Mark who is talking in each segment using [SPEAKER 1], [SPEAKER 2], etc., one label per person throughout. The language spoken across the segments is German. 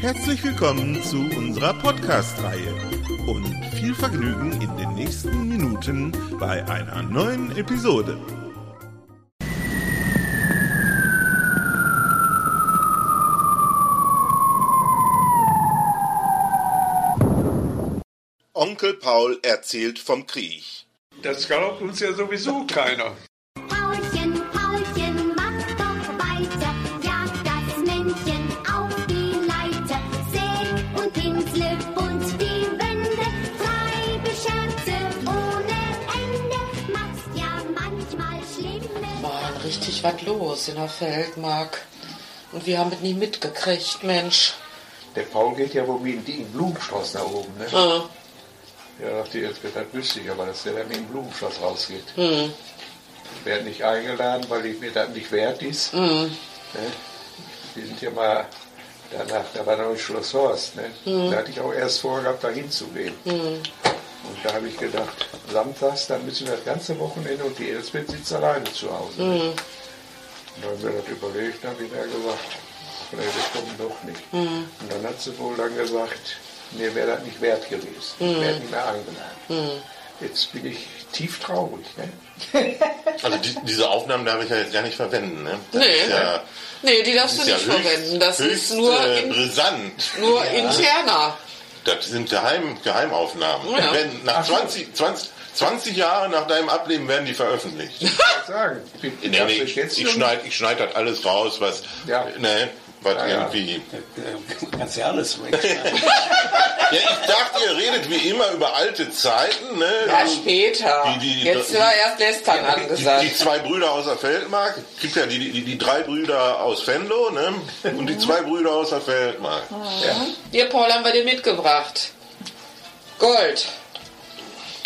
[SPEAKER 1] Herzlich willkommen zu unserer Podcast-Reihe und viel Vergnügen in den nächsten Minuten bei einer neuen Episode. Onkel Paul erzählt vom Krieg.
[SPEAKER 2] Das glaubt uns ja sowieso keiner.
[SPEAKER 3] Paulchen, Paulchen, mach doch weiter, jag das Männchen auf die Leiter, säg und pinsle bunt die Wände, treibe Scherze ohne Ende, machst ja manchmal schlimme.
[SPEAKER 4] Mann, richtig was los in der Feldmark. Und wir haben es nie mitgekriegt, Mensch.
[SPEAKER 2] Der Paul geht ja wohl wie ein dicken Blumenstrauß nach oben, ne?
[SPEAKER 4] Äh,
[SPEAKER 2] Ja, dachte ich, jetzt wird das lustig, aber dass der dann mit dem Blumenstrauß rausgeht. Ich werde nicht eingeladen, weil ich mir das nicht wert ist. Ne? Wir sind ja mal danach, da war noch ein Schloss Horst, ne? Da hatte ich auch erst vorgehabt, da hinzugehen. Und da habe ich gedacht, samstags, dann müssen wir das ganze Wochenende und die Elisabeth sitzt alleine zu Hause. ne? Und dann haben wir das überlegt, dann wieder gesagt, nee, wir kommen doch nicht. Und dann hat sie wohl dann gesagt, mir wäre das nicht wert gewesen. Ich wäre nicht mehr eingeladen. Jetzt bin ich tief traurig. Ne?
[SPEAKER 5] Also die, diese Aufnahmen darf ich ja jetzt gar nicht verwenden. Ne?
[SPEAKER 4] Nee.
[SPEAKER 5] ist ja,
[SPEAKER 4] nee, die darfst du
[SPEAKER 5] ist
[SPEAKER 4] nicht
[SPEAKER 5] ja höchst,
[SPEAKER 4] verwenden. Das
[SPEAKER 5] höchst,
[SPEAKER 4] ist nur,
[SPEAKER 5] äh,
[SPEAKER 4] in,
[SPEAKER 5] brisant.
[SPEAKER 4] nur interner.
[SPEAKER 5] Das sind Geheim, Geheimaufnahmen.
[SPEAKER 4] Ja.
[SPEAKER 5] Wenn nach
[SPEAKER 2] Ach so.
[SPEAKER 5] 20, 20, 20 Jahren nach deinem Ableben werden die veröffentlicht.
[SPEAKER 2] Ich muss sagen, ich bin
[SPEAKER 5] Nee,
[SPEAKER 2] darf
[SPEAKER 5] nee,
[SPEAKER 2] ich
[SPEAKER 5] ich
[SPEAKER 2] jetzt
[SPEAKER 5] ich
[SPEAKER 2] schon-
[SPEAKER 5] schneide ich schneid das alles raus, was,
[SPEAKER 2] Ja.
[SPEAKER 5] ne, was
[SPEAKER 2] Ja, ja.
[SPEAKER 5] irgendwie.
[SPEAKER 6] Äh, Kannst ja alles wegschneiden.
[SPEAKER 5] Ja. ich dachte, ihr redet wie immer über alte Zeiten. Ne?
[SPEAKER 4] Ja,
[SPEAKER 5] Und
[SPEAKER 4] später.
[SPEAKER 5] Die, die,
[SPEAKER 4] Jetzt
[SPEAKER 5] die,
[SPEAKER 4] war erst Lästern angesagt.
[SPEAKER 5] Die, die zwei Brüder aus der Feldmark, gibt ja die, die, die drei Brüder aus Venlo ne? und die zwei Brüder aus der Feldmark.
[SPEAKER 2] Ja.
[SPEAKER 4] Hier, Paul, haben wir dir mitgebracht. Gold.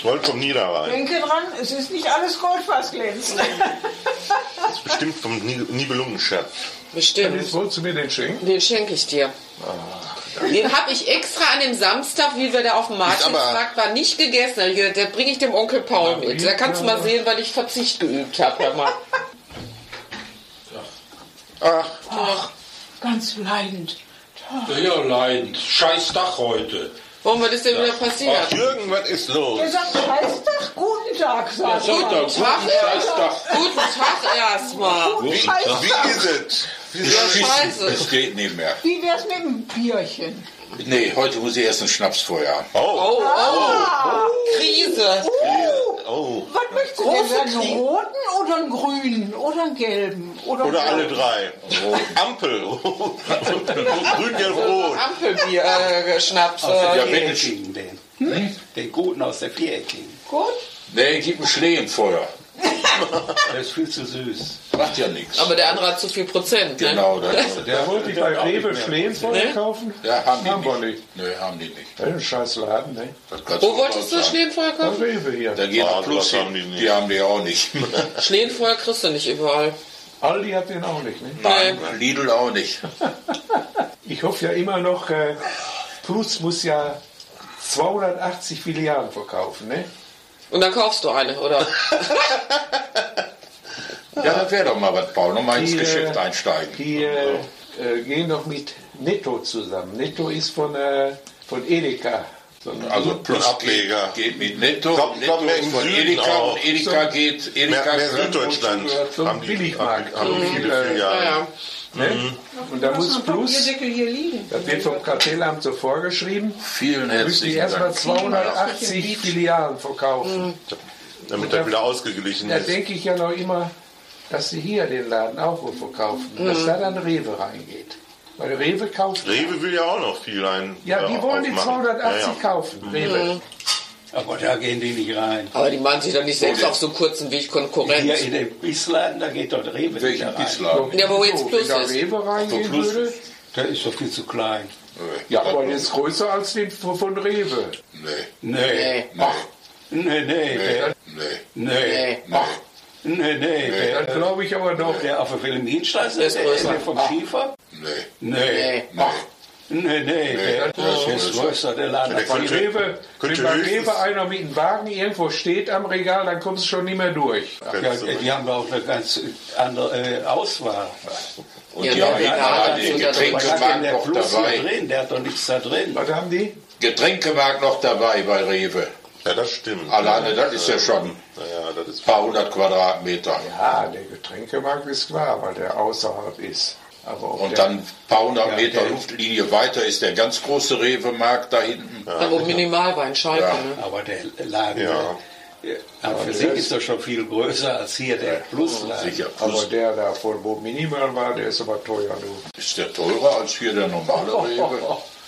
[SPEAKER 5] Gold vom Niederrhein.
[SPEAKER 7] Denke dran, es ist nicht alles Gold, was glänzt.
[SPEAKER 5] Das ist bestimmt vom Ni- Nibelungenschatz.
[SPEAKER 2] Jetzt
[SPEAKER 4] Bestimmt.
[SPEAKER 2] wolltest du mir den schenken?
[SPEAKER 4] Den schenke ich dir.
[SPEAKER 5] Ah,
[SPEAKER 4] Den habe ich extra an dem Samstag, wie wir da auf dem Martinsmarkt waren, nicht gegessen. Da hab ich gedacht, Der bringe ich dem Onkel Paul mit. Da kannst du mal sehen, weil ich Verzicht geübt habe.
[SPEAKER 5] Ach,
[SPEAKER 7] Ganz leidend.
[SPEAKER 8] Ja, leidend. Scheiß Tag heute.
[SPEAKER 4] Warum, was ist denn wieder passiert?
[SPEAKER 5] Jürgen, was ist los?
[SPEAKER 7] Er sagt, scheiß Tag, guten Tag, sagt er.
[SPEAKER 8] Sonntag,
[SPEAKER 4] Tag,
[SPEAKER 8] guten
[SPEAKER 4] äh,
[SPEAKER 8] Scheiß Tag.
[SPEAKER 4] Guten Tag erstmal.
[SPEAKER 5] Wie,
[SPEAKER 7] Scheiß
[SPEAKER 5] wie ist es? Wie
[SPEAKER 6] Ich
[SPEAKER 5] soll-
[SPEAKER 6] schieß-
[SPEAKER 4] Scheiße.
[SPEAKER 6] Es geht nicht mehr.
[SPEAKER 7] Wie wär's mit einem Bierchen?
[SPEAKER 6] Nee, heute muss ich erst einen Schnaps vorher haben.
[SPEAKER 5] Oh,
[SPEAKER 4] Oh, oh. Krise.
[SPEAKER 5] oh.
[SPEAKER 7] Was möchtest du denn? Einen roten oder einen grünen oder einen gelben? Oder,
[SPEAKER 5] Oder alle drei. Ampel. Grün, gelb, rot.
[SPEAKER 4] Ampelbier, äh, Schnaps.
[SPEAKER 6] Aus der
[SPEAKER 4] Äh,
[SPEAKER 6] Viereckigen, den. Hm? Den guten aus der Viereckigen.
[SPEAKER 7] Gut.
[SPEAKER 8] Nee, gib einen Schlee im Feuer.
[SPEAKER 6] Der ist viel zu süß.
[SPEAKER 8] Macht ja nichts.
[SPEAKER 4] aber der andere hat zu viel Prozent. Ne?
[SPEAKER 8] Genau, das.
[SPEAKER 2] Der wollte ich bei
[SPEAKER 6] auch
[SPEAKER 2] Rewe
[SPEAKER 6] nicht mehr.
[SPEAKER 2] Flensburg
[SPEAKER 4] Nee?
[SPEAKER 2] kaufen.
[SPEAKER 8] Ja, haben die
[SPEAKER 2] Haben wir nicht.
[SPEAKER 8] nicht. Nee, haben die nicht.
[SPEAKER 2] Das ist ein scheiß Laden, ne?
[SPEAKER 8] Das kannst
[SPEAKER 4] Wo
[SPEAKER 8] du
[SPEAKER 4] wolltest du
[SPEAKER 8] sagen.
[SPEAKER 4] Schlehenfeuer
[SPEAKER 2] Bei
[SPEAKER 4] kaufen?
[SPEAKER 2] Rewe hier.
[SPEAKER 8] Da geht
[SPEAKER 5] Ah,
[SPEAKER 8] ein
[SPEAKER 5] sowas
[SPEAKER 8] Plus hin.
[SPEAKER 5] haben die nicht.
[SPEAKER 8] die haben die auch nicht.
[SPEAKER 4] Schlehenfeuer kriegst du nicht überall.
[SPEAKER 2] Aldi hat den auch nicht, ne?
[SPEAKER 8] Nein, Lidl auch nicht.
[SPEAKER 2] Ich hoffe ja immer noch, äh, Plus muss ja 280 Filialen verkaufen, ne?
[SPEAKER 4] Und dann kaufst du eine, oder?
[SPEAKER 8] Ja, das wäre doch mal was, Paul. Nochmal ins
[SPEAKER 2] Die, äh,
[SPEAKER 8] Geschäft einsteigen.
[SPEAKER 2] Die äh, äh, gehen doch mit Netto zusammen. Netto ist von, äh, von Edeka. So ein-
[SPEAKER 8] Also plus
[SPEAKER 5] Ein Ableger.
[SPEAKER 8] geht, geht mit Netto.
[SPEAKER 5] Kommt-
[SPEAKER 8] Netto
[SPEAKER 5] kommt mehr
[SPEAKER 8] ist
[SPEAKER 5] im
[SPEAKER 8] von
[SPEAKER 5] Süden
[SPEAKER 8] Edeka
[SPEAKER 5] auch.
[SPEAKER 8] und Edeka geht.
[SPEAKER 5] Mehr,
[SPEAKER 8] Edeka
[SPEAKER 5] mehr
[SPEAKER 8] ist dann-
[SPEAKER 5] Süddeutschland.
[SPEAKER 2] zum Billigmarkt.
[SPEAKER 5] Haben die viele
[SPEAKER 2] Mhm.
[SPEAKER 4] Ja,
[SPEAKER 5] Filialen.
[SPEAKER 4] ja.
[SPEAKER 2] Ne? Und da muss Plus,
[SPEAKER 7] Bierdeckel hier liegen.
[SPEAKER 2] das wird vom Kartellamt so vorgeschrieben,
[SPEAKER 8] Vielen
[SPEAKER 2] müssen die
[SPEAKER 8] herzlichen
[SPEAKER 2] erstmal
[SPEAKER 8] Dank.
[SPEAKER 2] 280 Filialen
[SPEAKER 4] Mhm.
[SPEAKER 2] verkaufen.
[SPEAKER 5] Damit das wieder ausgeglichen
[SPEAKER 2] Da
[SPEAKER 5] ist.
[SPEAKER 2] denke ich ja noch immer, dass sie hier den Laden auch wohl verkaufen,
[SPEAKER 4] Mhm.
[SPEAKER 2] dass da dann Rewe reingeht. Weil Rewe kauft.
[SPEAKER 5] Rewe will ja auch noch viel ein. äh,
[SPEAKER 2] Ja, die wollen die
[SPEAKER 5] aufmachen.
[SPEAKER 2] 280
[SPEAKER 5] Ja, ja.
[SPEAKER 2] kaufen, Rewe.
[SPEAKER 6] Aber da gehen die nicht rein.
[SPEAKER 4] Aber die machen sich doch nicht selbst auf so kurzen Weg
[SPEAKER 6] Hier
[SPEAKER 4] Konkurrenz.
[SPEAKER 6] in den Bissladen, da geht doch der Rewe nicht
[SPEAKER 8] Welchen
[SPEAKER 6] rein.
[SPEAKER 8] Bissladen?
[SPEAKER 4] Mhm. Ja, wo jetzt
[SPEAKER 2] So,
[SPEAKER 4] Plus
[SPEAKER 2] wenn da
[SPEAKER 4] ist.
[SPEAKER 2] Rewe reingehen
[SPEAKER 6] So Plus.
[SPEAKER 2] würde.
[SPEAKER 6] Der ist doch viel zu klein.
[SPEAKER 2] Ja, aber der ist größer als den von Rewe.
[SPEAKER 8] Nee,
[SPEAKER 6] Nee,
[SPEAKER 4] Nee,
[SPEAKER 8] nee,
[SPEAKER 6] nee, nee, der-
[SPEAKER 8] nee,
[SPEAKER 6] nee,
[SPEAKER 4] nee.
[SPEAKER 8] nee.
[SPEAKER 6] nee, nee.
[SPEAKER 2] Das
[SPEAKER 5] Äh,
[SPEAKER 6] Der,
[SPEAKER 2] glaube ich aber noch.
[SPEAKER 6] der auf der Wilhelminstraße,
[SPEAKER 4] Der ist
[SPEAKER 6] der,
[SPEAKER 4] größer.
[SPEAKER 6] der vom Schiefer?
[SPEAKER 8] Nee,
[SPEAKER 6] Nee,
[SPEAKER 4] Nee.
[SPEAKER 8] nee.
[SPEAKER 6] nee, nee, der, der ist größer, der Laden.
[SPEAKER 5] Der
[SPEAKER 2] Bei
[SPEAKER 5] könnte-
[SPEAKER 2] Rewe,
[SPEAKER 5] könnte
[SPEAKER 2] wenn bei
[SPEAKER 5] höchstens-
[SPEAKER 2] Rewe einer mit dem Wagen irgendwo steht am Regal, dann kommst du schon nicht mehr durch.
[SPEAKER 6] Ja, die haben doch eine ganz andere äh, Auswahl.
[SPEAKER 8] Und
[SPEAKER 4] Ja,
[SPEAKER 8] die
[SPEAKER 4] ja,
[SPEAKER 8] haben
[SPEAKER 4] ja,
[SPEAKER 8] ja,
[SPEAKER 4] ja,
[SPEAKER 8] den
[SPEAKER 4] ja,
[SPEAKER 6] Was hat denn
[SPEAKER 8] Getränkewagen
[SPEAKER 6] der
[SPEAKER 8] noch
[SPEAKER 6] Plus hier
[SPEAKER 8] dabei.
[SPEAKER 6] drin? Der hat doch nichts da drin.
[SPEAKER 2] Was haben die?
[SPEAKER 8] Getränkewagen noch dabei bei Rewe.
[SPEAKER 5] Ja, äh, das stimmt.
[SPEAKER 8] Alleine das ist ja schon ein
[SPEAKER 5] Naja, das ist.
[SPEAKER 8] paar hundert Quadratmeter.
[SPEAKER 2] Ja, Ah, der Getränkemarkt ist klar, weil der außerhalb ist. Aber ob
[SPEAKER 8] Und
[SPEAKER 2] der,
[SPEAKER 8] dann ein paar hundert Meter
[SPEAKER 6] der-
[SPEAKER 8] Luftlinie weiter ist der ganz große Rewe-Markt da hinten.
[SPEAKER 4] Da wo Minimalwein, Schalke,
[SPEAKER 8] Ja.
[SPEAKER 4] ne?
[SPEAKER 6] Aber der Laden,
[SPEAKER 5] Ja.
[SPEAKER 6] der, aber für sich ist doch schon viel größer als hier der Plusladen.
[SPEAKER 8] Sicher,
[SPEAKER 2] aber
[SPEAKER 8] Plus
[SPEAKER 2] der da von wo minimal war, der ist aber teuer, du.
[SPEAKER 8] ist der teurer als hier der normale Rewe.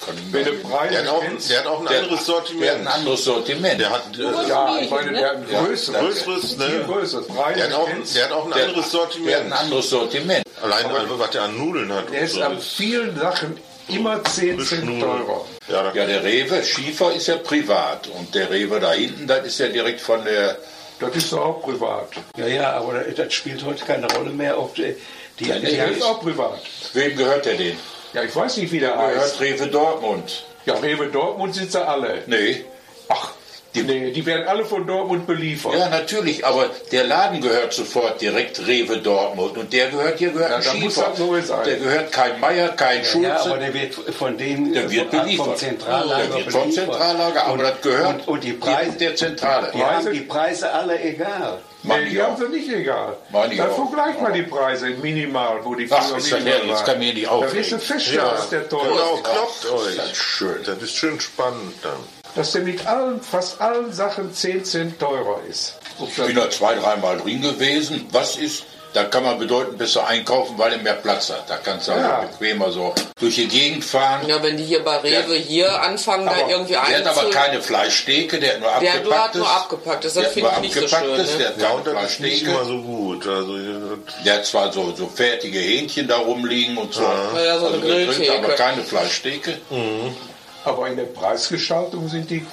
[SPEAKER 8] Kann ich mir
[SPEAKER 2] Wenn du
[SPEAKER 8] nicht-
[SPEAKER 2] Preise
[SPEAKER 5] Der hat auch,
[SPEAKER 2] kennst,
[SPEAKER 5] Oh, der hat auch ein
[SPEAKER 8] Der-
[SPEAKER 5] anderes
[SPEAKER 8] Der hat ein
[SPEAKER 5] Sortiment.
[SPEAKER 8] anderes Sortiment.
[SPEAKER 5] Der hat, äh,
[SPEAKER 2] ja, ich meine, der hat ein
[SPEAKER 8] Ja,
[SPEAKER 2] größeres,
[SPEAKER 5] größeres,
[SPEAKER 2] viel
[SPEAKER 5] ne?
[SPEAKER 2] größeres Preis.
[SPEAKER 5] Der hat auch, der hat auch ein
[SPEAKER 8] Der-
[SPEAKER 5] anderes
[SPEAKER 8] der hat ein
[SPEAKER 5] Sortiment.
[SPEAKER 8] anderes Sortiment.
[SPEAKER 5] Allein, einfach, was der an Nudeln hat.
[SPEAKER 2] der
[SPEAKER 5] und
[SPEAKER 2] ist
[SPEAKER 5] so.
[SPEAKER 2] an vielen Sachen immer 10 Cent
[SPEAKER 5] Nudeln.
[SPEAKER 2] teurer.
[SPEAKER 5] Ja, da,
[SPEAKER 8] Ja, der Rewe Schiefer ist ja privat und der Rewe da hinten, das ist ja direkt von der.
[SPEAKER 2] Das ist doch auch privat.
[SPEAKER 6] Ja, ja, aber das spielt heute keine Rolle mehr. Ob die, die,
[SPEAKER 8] Ja,
[SPEAKER 6] die,
[SPEAKER 8] nee,
[SPEAKER 2] Das ist auch privat.
[SPEAKER 8] Wem gehört der denn?
[SPEAKER 2] Ja, ich weiß nicht, wie der heißt.
[SPEAKER 8] Gehört Rewe Dortmund.
[SPEAKER 2] Ja, Rewe Dortmund sind sie alle.
[SPEAKER 8] Nee.
[SPEAKER 2] Ach, die, nee, die werden alle von Dortmund beliefert.
[SPEAKER 8] Ja, natürlich, aber der Laden gehört sofort direkt Rewe Dortmund und der gehört hier gehört
[SPEAKER 2] Ja,
[SPEAKER 8] ein
[SPEAKER 2] da muss
[SPEAKER 8] Schiefer.
[SPEAKER 2] das wohl sein.
[SPEAKER 8] Der gehört kein Meier, kein Schulze.
[SPEAKER 6] ja, aber der wird von dem
[SPEAKER 8] äh, Der wird
[SPEAKER 6] vom,
[SPEAKER 8] beliefert.
[SPEAKER 6] vom Zentrallager
[SPEAKER 8] der wird vom
[SPEAKER 6] beliefert.
[SPEAKER 8] Zentrallager, aber
[SPEAKER 6] und,
[SPEAKER 8] das gehört
[SPEAKER 6] und, und die Preise,
[SPEAKER 8] der Zentrale.
[SPEAKER 6] die, haben
[SPEAKER 2] Preise-
[SPEAKER 6] die Preise alle egal.
[SPEAKER 8] Mach
[SPEAKER 2] Nee,
[SPEAKER 8] ich
[SPEAKER 2] die haben
[SPEAKER 8] auch.
[SPEAKER 2] sie nicht egal.
[SPEAKER 8] Meine ich
[SPEAKER 2] Dann
[SPEAKER 8] auch.
[SPEAKER 2] vergleich mal die Preise in minimal, wo die
[SPEAKER 8] Ach,
[SPEAKER 2] früher
[SPEAKER 8] ist das
[SPEAKER 2] minimal
[SPEAKER 8] herrlich, jetzt
[SPEAKER 2] waren.
[SPEAKER 8] kann mir die
[SPEAKER 2] Da wirst du
[SPEAKER 8] aufregen.
[SPEAKER 2] feststellen, dass der teuer
[SPEAKER 5] genau,
[SPEAKER 2] ist.
[SPEAKER 5] kloppt euch.
[SPEAKER 8] Das ist schön.
[SPEAKER 5] Das ist schön spannend dann.
[SPEAKER 2] Dass der mit allen, fast allen Sachen 10 Cent teurer ist.
[SPEAKER 8] Ich bin da zwei, dreimal drin gewesen. Was ist? Da kann man bedeutend besser einkaufen, weil er mehr Platz hat. Da kannst du
[SPEAKER 2] Ja.
[SPEAKER 8] also bequemer so durch die Gegend fahren.
[SPEAKER 4] Ja, wenn die hier bei Rewe hier anfangen, da irgendwie
[SPEAKER 8] Der hat aber
[SPEAKER 4] einzu-
[SPEAKER 8] keine Fleischsteke, der hat nur
[SPEAKER 4] Der
[SPEAKER 8] abgepacktes.
[SPEAKER 4] hat nur- hat nur abgepacktes, das
[SPEAKER 8] Der hat
[SPEAKER 4] finde
[SPEAKER 8] nur
[SPEAKER 4] ich nicht so
[SPEAKER 8] abgepacktes,
[SPEAKER 4] schön, ne?
[SPEAKER 8] Der hat
[SPEAKER 5] Ja,
[SPEAKER 8] keine
[SPEAKER 5] und das ist nicht immer
[SPEAKER 8] Fleischsteke.
[SPEAKER 5] so gut. Also, äh,
[SPEAKER 8] Der hat zwar so, so fertige Hähnchen da rumliegen und so.
[SPEAKER 4] Ja, so eine
[SPEAKER 8] gegrillt,
[SPEAKER 4] Grilltheke.
[SPEAKER 8] aber keine Fleischsteke.
[SPEAKER 2] Aber in der Preisgestaltung sind die,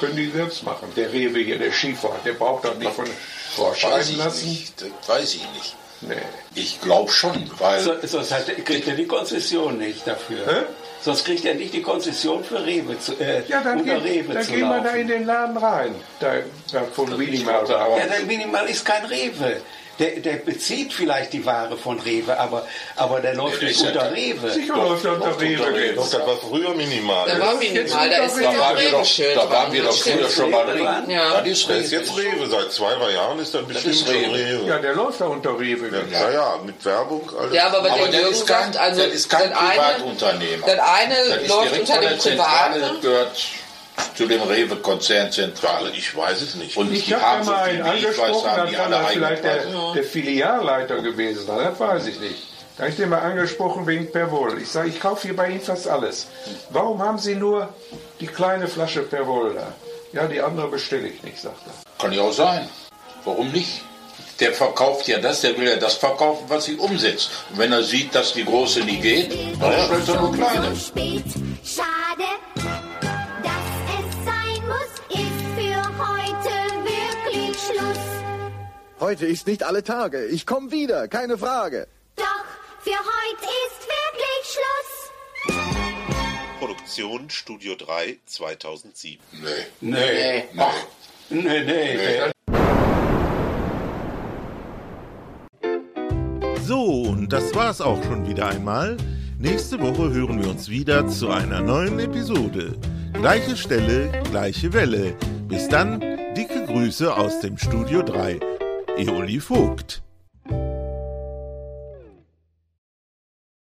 [SPEAKER 2] können die selbst machen. Der Rewe hier, der Schiefer, der braucht das nicht von
[SPEAKER 8] Weiß
[SPEAKER 2] vorschreiben
[SPEAKER 8] ich
[SPEAKER 2] lassen.
[SPEAKER 8] nicht. Das weiß ich nicht.
[SPEAKER 2] Nee.
[SPEAKER 8] Ich glaube schon, weil
[SPEAKER 6] So, sonst hat, kriegt er die Konzession nicht dafür.
[SPEAKER 2] Hä?
[SPEAKER 6] Sonst kriegt er nicht die Konzession für Rewe zu, äh,
[SPEAKER 2] Ja, dann,
[SPEAKER 6] unter
[SPEAKER 2] geh,
[SPEAKER 6] Rewe
[SPEAKER 2] dann
[SPEAKER 6] zu
[SPEAKER 2] gehen wir
[SPEAKER 6] laufen.
[SPEAKER 2] da in den Laden rein. Da, da von minimal.
[SPEAKER 6] ja, der Minimal ist kein Rewe. Der, der bezieht vielleicht die Ware von Rewe, aber, aber der läuft
[SPEAKER 8] der
[SPEAKER 6] nicht
[SPEAKER 8] ist ja
[SPEAKER 6] unter
[SPEAKER 8] kein-
[SPEAKER 6] Rewe.
[SPEAKER 2] Sicher läuft er unter Rewe.
[SPEAKER 5] doch, das war früher
[SPEAKER 4] Da
[SPEAKER 5] minimal.
[SPEAKER 4] war minimal, da ist
[SPEAKER 8] da
[SPEAKER 4] noch ein
[SPEAKER 8] waren wir doch,
[SPEAKER 4] Regenschild.
[SPEAKER 8] da waren wir
[SPEAKER 4] dran,
[SPEAKER 8] doch
[SPEAKER 4] das stimmt.
[SPEAKER 8] früher schon mal drin.
[SPEAKER 6] Rewe.
[SPEAKER 4] Ja.
[SPEAKER 8] Das ist
[SPEAKER 5] Der ist
[SPEAKER 8] Rewe.
[SPEAKER 5] jetzt Rewe. Seit zwei, drei Jahren ist das bestimmt
[SPEAKER 8] ist
[SPEAKER 5] schon
[SPEAKER 8] Rewe.
[SPEAKER 5] Rewe.
[SPEAKER 2] Ja, der läuft da unter Rewe.
[SPEAKER 5] Ja, ja, mit Werbung. alles.
[SPEAKER 4] Ja, aber wenn
[SPEAKER 8] Aber
[SPEAKER 4] der
[SPEAKER 8] das
[SPEAKER 4] Jürgen
[SPEAKER 8] ist kein,
[SPEAKER 4] sagt, also
[SPEAKER 8] das ist kein
[SPEAKER 4] das eine,
[SPEAKER 8] Privatunternehmer.
[SPEAKER 4] das eine
[SPEAKER 8] ist
[SPEAKER 4] läuft
[SPEAKER 8] direkt
[SPEAKER 4] unter
[SPEAKER 8] von
[SPEAKER 4] dem
[SPEAKER 8] der Zentrale,
[SPEAKER 4] Privaten.
[SPEAKER 8] Das gehört zu dem Rewe-Konzern Zentrale.
[SPEAKER 5] Ich weiß es nicht.
[SPEAKER 8] Und
[SPEAKER 2] Ich
[SPEAKER 8] die
[SPEAKER 2] habe ja
[SPEAKER 8] haben
[SPEAKER 2] mal
[SPEAKER 8] so
[SPEAKER 2] einen
[SPEAKER 8] viel, wie ich weiß,
[SPEAKER 2] angesprochen,
[SPEAKER 8] haben
[SPEAKER 2] dann
[SPEAKER 8] die
[SPEAKER 2] kann
[SPEAKER 8] alle
[SPEAKER 2] das
[SPEAKER 8] eigene
[SPEAKER 2] vielleicht der,
[SPEAKER 8] Preise.
[SPEAKER 2] der Filialleiter gewesen sein, das weiß ich nicht. Da habe ich den mal angesprochen wegen Perwoll. Ich sage, ich kaufe hier bei Ihnen fast alles. Warum haben Sie nur die kleine Flasche Perwoll da? Ja, die andere bestelle ich nicht, sagt er.
[SPEAKER 8] Kann ja auch sein. Warum nicht? Der verkauft ja das, der will ja das verkaufen, was sie umsetzt. Und wenn er sieht, dass die große nicht geht, dann stellt er nur
[SPEAKER 3] Schon
[SPEAKER 8] kleine.
[SPEAKER 3] so spät, schade, dass es sein muss, ist für heute wirklich Schluss.
[SPEAKER 9] Heute ist nicht alle Tage. Ich komme wieder, keine Frage.
[SPEAKER 3] Doch für heute ist wirklich Schluss.
[SPEAKER 5] Produktion Studio 3 2007.
[SPEAKER 8] Nee,
[SPEAKER 6] Nee,
[SPEAKER 8] nee.
[SPEAKER 6] nee, nee. Der,
[SPEAKER 1] So, und das war's auch schon wieder einmal. Nächste Woche hören wir uns wieder zu einer neuen Episode. Gleiche Stelle, gleiche Welle. Bis dann, dicke Grüße aus dem Studio 3. Eoli Vogt.